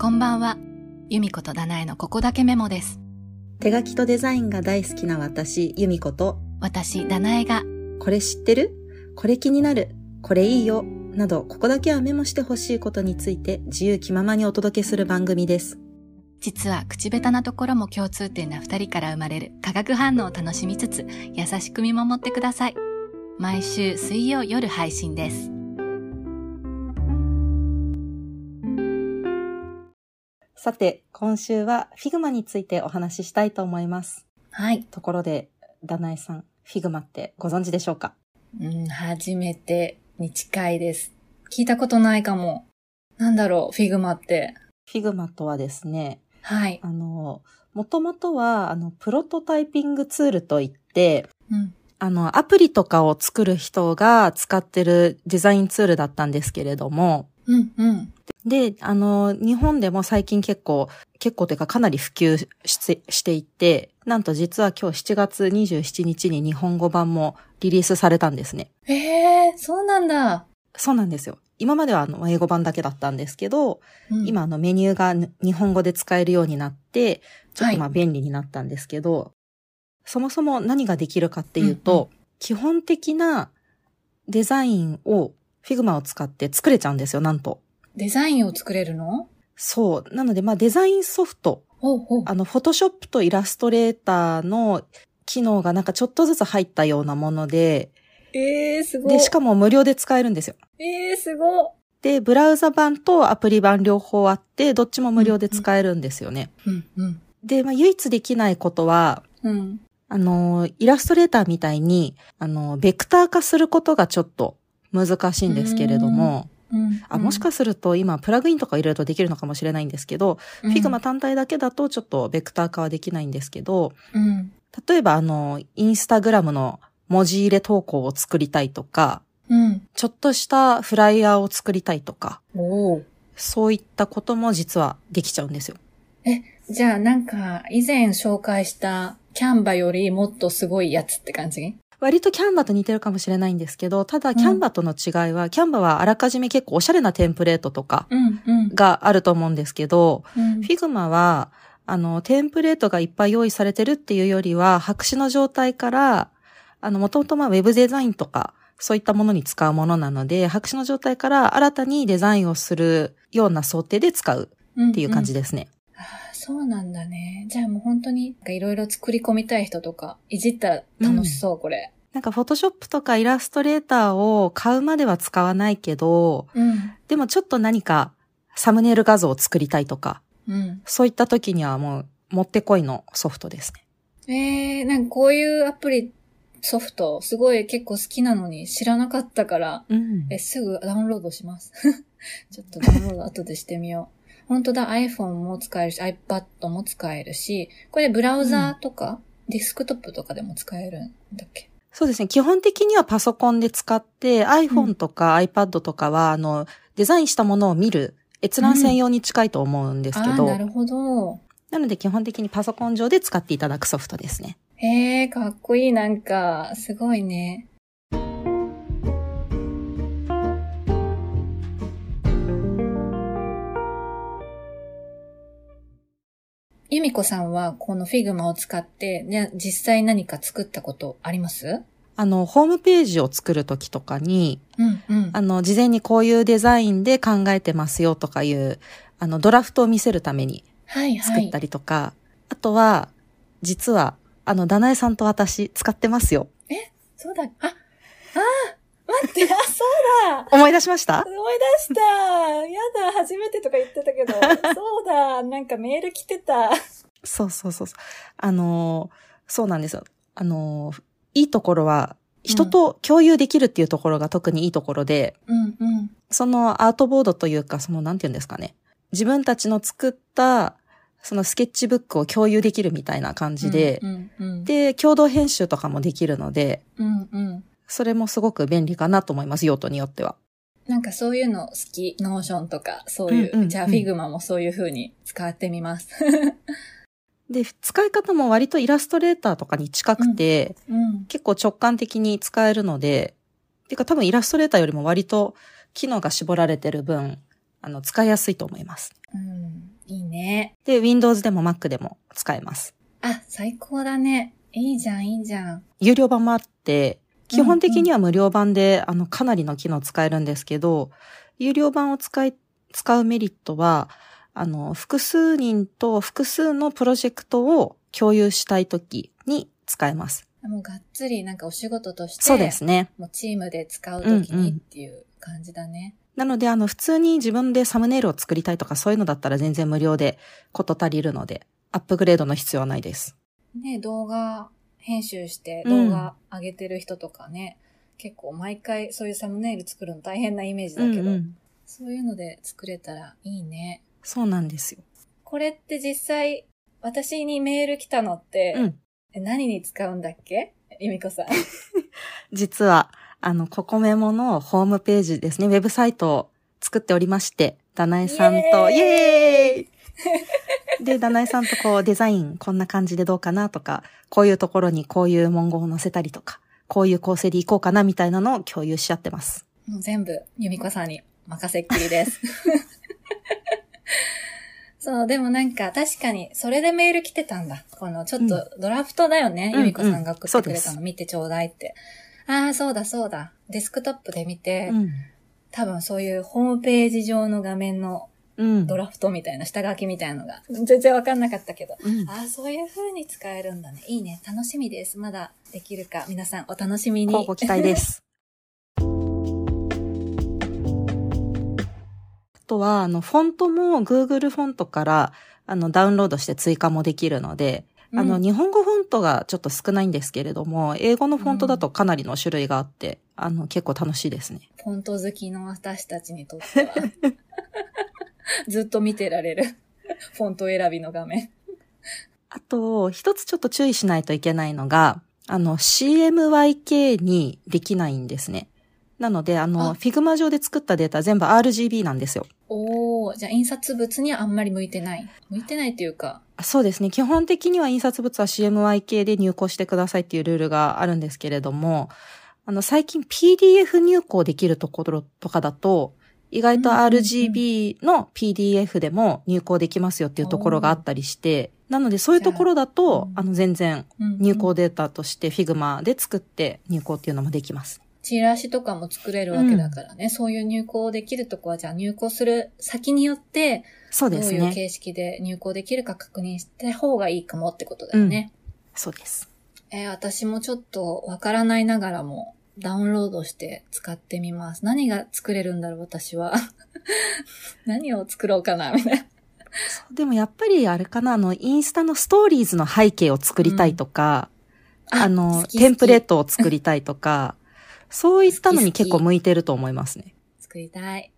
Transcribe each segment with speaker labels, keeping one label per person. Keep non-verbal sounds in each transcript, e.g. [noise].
Speaker 1: こんばんは。由美子とダナエのここだけメモです。
Speaker 2: 手書きとデザインが大好きな私、由美子と、
Speaker 1: 私、ダナエが
Speaker 2: これ知ってるこれ気になるこれいいよなど、ここだけはメモしてほしいことについて自由気ままにお届けする番組です。
Speaker 1: 実は口下手なところも共通点な二人から生まれる化学反応を楽しみつつ優しく見守ってください毎週水曜夜配信です
Speaker 2: さて、今週は Figma についてお話ししたいと思います。
Speaker 3: はい。
Speaker 2: ところで、ダナエさん、Figma ってご存知でしょうか
Speaker 3: うん、初めてに近いです。聞いたことないかも。なんだろう、フィグマって。
Speaker 2: ?Figma とはですね、
Speaker 3: はい。
Speaker 2: あの、もともとは、あの、プロトタイピングツールといって、
Speaker 3: うん。
Speaker 2: あの、アプリとかを作る人が使ってるデザインツールだったんですけれども、
Speaker 3: うん、うん。
Speaker 2: で、あの、日本でも最近結構、結構というかかなり普及ししていて、なんと実は今日7月27日に日本語版もリリースされたんですね。
Speaker 3: ええー、そうなんだ。
Speaker 2: そうなんですよ。今まではあの英語版だけだったんですけど、
Speaker 3: うん、
Speaker 2: 今あのメニューがぬ日本語で使えるようになって、ちょっ
Speaker 3: は
Speaker 2: と
Speaker 3: い
Speaker 2: まあ便利になったんですけど、そもそも何ができるかっていうと、
Speaker 3: うんう
Speaker 2: 基本的なデザインを Figma を使って作れちゃうんですよ、なんと。
Speaker 3: デザインを作れるの
Speaker 2: そう。なので、まあデザインソフト、
Speaker 3: ほうほう。
Speaker 2: あの、Photoshop と Illustrator の機能がなんかちょっとずつ入ったようなもので、
Speaker 3: ええー、すごい。
Speaker 2: で、しかも無料で使えるんですよ。
Speaker 3: ええー、すご
Speaker 2: で、ブラウザ版とアプリ版両方あって、どっちも無料で使えるんですよね。
Speaker 3: い。うん、うん。
Speaker 2: で、まあ唯一できないことは、
Speaker 3: うん。
Speaker 2: あの、イラストレーターみたいに、あの、ベクター化することがちょっと難しいんですけれども、
Speaker 3: うん。
Speaker 2: あ、もしかすると今プラグインとか入れるとできるのかもしれないんですけど、
Speaker 3: うん、
Speaker 2: Figma 単体だけだとちょっとベクター化はできないんですけど、
Speaker 3: うん。
Speaker 2: 例えばあの、インスタグラムの文字入れ投稿を作りたいとか、
Speaker 3: うん。
Speaker 2: ちょっとしたフライヤーを作りたいとか、
Speaker 3: おお。
Speaker 2: そういったことも実はできちゃうんですよ。
Speaker 3: じゃあ、なんか、以前紹介したキャンバよりもっとすごいやつって感じ
Speaker 2: 割とキャンバと似てるかもしれないんですけど、ただ
Speaker 3: ん
Speaker 2: キャンバとの違いは、キャンバはあらかじめ結構おしゃれなテンプレートとか
Speaker 3: うん、うん。
Speaker 2: があると思うんですけど、
Speaker 3: うん、
Speaker 2: Figma は、あの、テンプレートがいっぱい用意されてるっていうよりは、白紙の状態から、あの、もともとまあウェブデザインとか、そういったものに使うものなので、白紙の状態から新たにデザインをするような想定で使う
Speaker 3: っ
Speaker 2: っていう感じですね。
Speaker 3: そうなんだね。じゃあもう本当に、いろいろ作り込みたい人とか、いじったら楽しそう、これ。
Speaker 2: なんか、フォトショップとかイラストレーターを買うまでは使わないけど、
Speaker 3: うん。
Speaker 2: でもちょっと何かサムネイル画像を作りたいとか、
Speaker 3: うん。
Speaker 2: そういった時にはもう、もってこいのソフトですね。
Speaker 3: えー、なんかこういうアプリ、ソフト、すごい結構好きなのに知らなかったから、
Speaker 2: うん
Speaker 3: え、すぐダウンロードします。 [laughs] ちょっとダウンロード後でしてみよう。本当だ、iPhone も使えるし、iPad も使えるし、これでブラウザーとか、デスクトップとかでも使えるんだっけ
Speaker 2: そうですね。基本的にはパソコンで使って、iPhone とか iPad とかは、あの、デザインしたものを見る閲覧専用に近いと思うんですけ
Speaker 3: ああー、
Speaker 2: ど、
Speaker 3: なるほど。
Speaker 2: なので基本的にパソコン上で使っていただくソフトですね。
Speaker 3: えー、かっこいい、なんか、すごいね。ゆみこさんは、このフィグマを使って、ね、実際何か作ったことあります
Speaker 2: あの、ホームページを作るときとかに、
Speaker 3: うん、うん。
Speaker 2: あの、事前にこういうデザインで考えてますよとかいう、あの、ドラフトを見せるために
Speaker 3: はい、はい。
Speaker 2: 作ったりとか、あとは、実は、あの、ダナエさんと私使ってますよ。
Speaker 3: そうだ、あ、ああ、待って、あ、そう [laughs] だ
Speaker 2: 思い出しました
Speaker 3: 思い出したやだ、初めてとか言ってた [laughs] けど、そうだ、なんかメール来てた。
Speaker 2: そうそうそうそう。あのーそうなんですよ。あのーいいところは、人と共有できるっていうところが特にいいところで、
Speaker 3: うん、うん。
Speaker 2: そのアートボードというか、そのなんて言うんですかね。自分たちの作った、そのスケッチブックを共有できるみたいな感じで、
Speaker 3: うんうん、
Speaker 2: で、共同編集とかもできるので、
Speaker 3: うんうん。
Speaker 2: それもすごく便利かなと思います、用途によっては。
Speaker 3: なんかそういうの好き、ノーションとか、そういう、
Speaker 2: うんうんうん
Speaker 3: じゃあフィグマもそういう風に使ってみ
Speaker 2: [laughs]
Speaker 3: ます。
Speaker 2: で、使い方も割とイラストレーターとかに近くて、
Speaker 3: うん。
Speaker 2: 結構直感的に使えるので、てか多分イラストレーターよりも割と機能が絞られてる分、あの、使いやすいと思います。
Speaker 3: うん、いいね。
Speaker 2: で、Windows でも Mac でも使えます。
Speaker 3: あ、最高だね。いいじゃん、いいじゃん。
Speaker 2: 有料版もあって、基本的には無料版で、あの、かなりの機能使えるんですけど、有料版を使い、使うメリットは、あの、複数人と複数のプロジェクトを共有したいときに使えます。
Speaker 3: もうがっつりなんかお仕事として、
Speaker 2: そうですね。
Speaker 3: もうチームで使うときにっていう感じだね。
Speaker 2: なので、あの、普通に自分でサムネイルを作りたいとかそういうのだったら全然無料でこと足りるので、アップグレードの必要はないです。
Speaker 3: ね、動画編集して
Speaker 2: うん
Speaker 3: 動画上げてる人とかね、結構毎回そういうサムネイル作るの大変なイメージだけど、
Speaker 2: うんうん
Speaker 3: そういうので作れたらいいね。
Speaker 2: そうなんですよ。
Speaker 3: これって実際、私にメール来たのって、
Speaker 2: うん。
Speaker 3: え何に使うんだっけゆみこ
Speaker 2: [laughs]
Speaker 3: さん。
Speaker 2: 実は、あの、ココメモのホームページですね、ウェブサイトを作っておりまして、ダナエさんと、
Speaker 3: イ
Speaker 2: イ
Speaker 3: エ
Speaker 2: エーイで、ダナエさんとこう、デザイン、こんな感じでどうかなとか、こういうところにこういう文言を載せたりとか、こういう構成でいこうかなみたいなのを共有し合ってます。
Speaker 3: もう全部、由美子さんに任せっきり
Speaker 2: [laughs]
Speaker 3: です。そう、でもなんか確かに、それでメール来てたんだ。この、ちょっとドラフトだよね。
Speaker 2: うん
Speaker 3: 由美子さんが送ってく
Speaker 2: うんうんそうで
Speaker 3: れた
Speaker 2: す
Speaker 3: の見てちょうだいって。ああ、そうだそうだ。デスクトップで見て、
Speaker 2: うん。
Speaker 3: 多分そういうホームページ上の画面の
Speaker 2: うん。
Speaker 3: ドラフトみたいな、下書きみたいのが、全然わかんなかったけど。
Speaker 2: うん
Speaker 3: ああ、そういう風に使えるんだね。いいね。楽しみです。まだできるか。皆さんお楽しみに。
Speaker 2: 乞うご期待です。 [laughs] あとは、あの、フォントも Google フォントから、あの、ダウンロードして追加もできるので、
Speaker 3: うん
Speaker 2: あの、日本語フォントがちょっと少ないんですけれども、英語のフォントだとかなりの種類があって、あの、結構楽しいですね。
Speaker 3: フォント好きの私たちにとっては、 [laughs] ずっと見てられる、 [laughs] フォント選びの画面。
Speaker 2: あと、一つちょっと注意しないといけないのが、あの、CMYK にできないんですね。なので、あの、
Speaker 3: あ
Speaker 2: Figma 上で作ったデータ全部 RGB なんですよ。
Speaker 3: おー、じゃあ印刷物にはあんまり向いてない。向いてないっていうか、
Speaker 2: そうですね。基本的には印刷物は CMYK で入稿してくださいっていうルールがあるんですけれども、あの、最近 PDF 入稿できるところとかだと、意外と
Speaker 3: うんうんうん
Speaker 2: RGB の PDF でも入稿できますよっていうところがあったりして、なのでそういうところだと
Speaker 3: じ、ゃあ
Speaker 2: あの、全然
Speaker 3: うん
Speaker 2: 入稿データとして Figma で作って入稿っていうのもできます。
Speaker 3: チラシとかも作れるわけだからね、そういう入稿できるとこは、じゃあ入稿する先によって、
Speaker 2: そう
Speaker 3: どう
Speaker 2: です
Speaker 3: いう
Speaker 2: ね。
Speaker 3: 形式で入稿できるか確認した方がいいかもってことだよね。
Speaker 2: そうです。
Speaker 3: えー私もちょっとわからないながらもダウンロードして使ってみます。何が作れるんだろう、私は。 [laughs] 何を作ろうかな、みたいな。
Speaker 2: でもやっぱりあれかな、あの、インスタのストーリーズの背景を作りたいとか、あの、テンプレー
Speaker 3: ト。
Speaker 2: トを作りたいとか、そういったのに結構向いてると思いますね。
Speaker 3: 作りたい。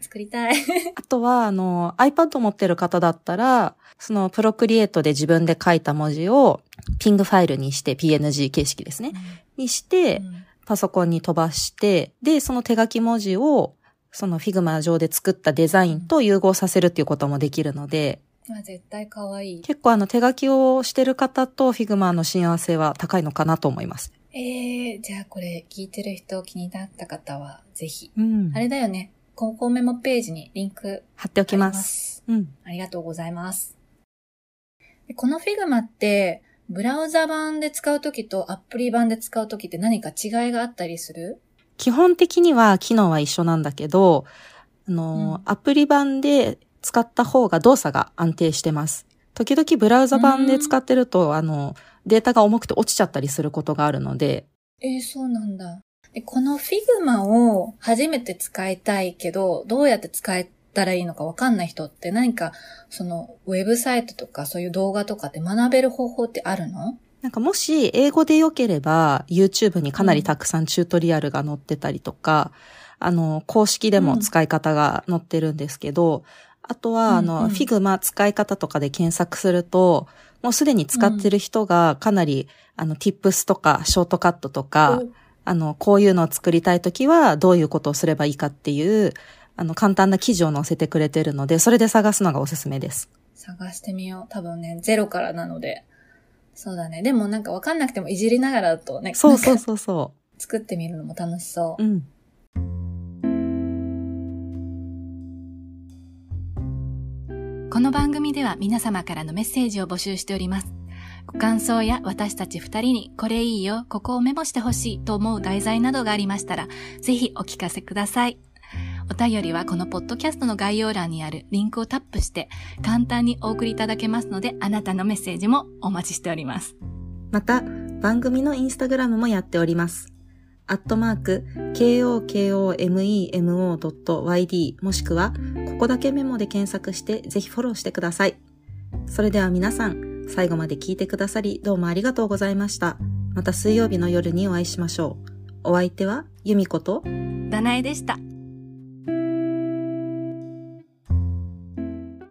Speaker 3: 作りたい。
Speaker 2: あとは、あの、iPad を持ってる方だったら、その、プロクリエイトで自分で書いた文字を、ピングファイルにして、PNG 形式ですね。にして、パソコンに飛ばして、で、その手書き文字を、その Figma 上で作ったデザインと融合させるっていうこともできるので、
Speaker 3: まあ、絶対可愛い。
Speaker 2: 結構あの手書きをしてる方と Figma の親和性は高いのかなと思います。
Speaker 3: えー、じゃあこれ聞いてる人気になった方は、ぜひ。
Speaker 2: うん
Speaker 3: あれだよね。高校メモページにリンク
Speaker 2: 貼ってお
Speaker 3: 貼
Speaker 2: き
Speaker 3: り
Speaker 2: ます。
Speaker 3: す。
Speaker 2: うん。
Speaker 3: ありがとうございます。でこの Figma って、ブラウザ版で使うときとアプリ版で使うときって何か違いがあったりする
Speaker 2: 基本的には機能は一緒なんだけど、あ
Speaker 3: う
Speaker 2: の、アプリ版で使った方が動作が安定してます。時々ブラウザ版で使ってると、あの、データが重くて落ちちゃったりすることがあるので、
Speaker 3: えー、そうなんだ。でこの Figma を初めて使いたいけど、どうやって使えたらいいのかわかんない人って何か、その、ウェブサイトとかそういう動画とかって学べる方法ってあるの
Speaker 2: なんかもし英語で良ければ、YouTube にかなりたくさんチュートリアルが載ってたりとか、あの、公式でも使い方が載ってるんですけど、あとは、あの、
Speaker 3: うんうん
Speaker 2: Figma 使い方とかで検索すると、もうすでに使ってる人がかなり、あの、tips とか、ショートカットとか、あの、こういうのを作りたいときは、どういうことをすればいいかっていう、あの、簡単な記事を載せてくれてるので、それで探すのがおすすめです。
Speaker 3: 探してみよう。多分ね、ゼロからなので。そうだね。でもなんかわかんなくてもいじりながらだとね、
Speaker 2: そうそ
Speaker 3: なん
Speaker 2: う
Speaker 3: か
Speaker 2: そうそ
Speaker 3: 作ってみるのも楽しそう
Speaker 2: う。。うん。
Speaker 3: この番組では皆様からのメッセージを募集しております。ご感想や私たち二人にこれいいよ、ここをメモしてほしいと思う題材などがありましたら、ぜひお聞かせください。お便りはこのポッドキャストの概要欄にあるリンクをタップして簡単にお送りいただけますので、あなたのメッセージもお待ちしております。
Speaker 2: また、番組のインスタグラムもやっております。アットマーク、kokomemo.yd もしくは、ここだけメモで検索して、ぜひフォローしてください。それでは皆さん、最後まで聞いてくださり、どうもありがとうございました。また水曜日の夜にお会いしましょう。お相手は、由美子と、
Speaker 3: ダナエでした。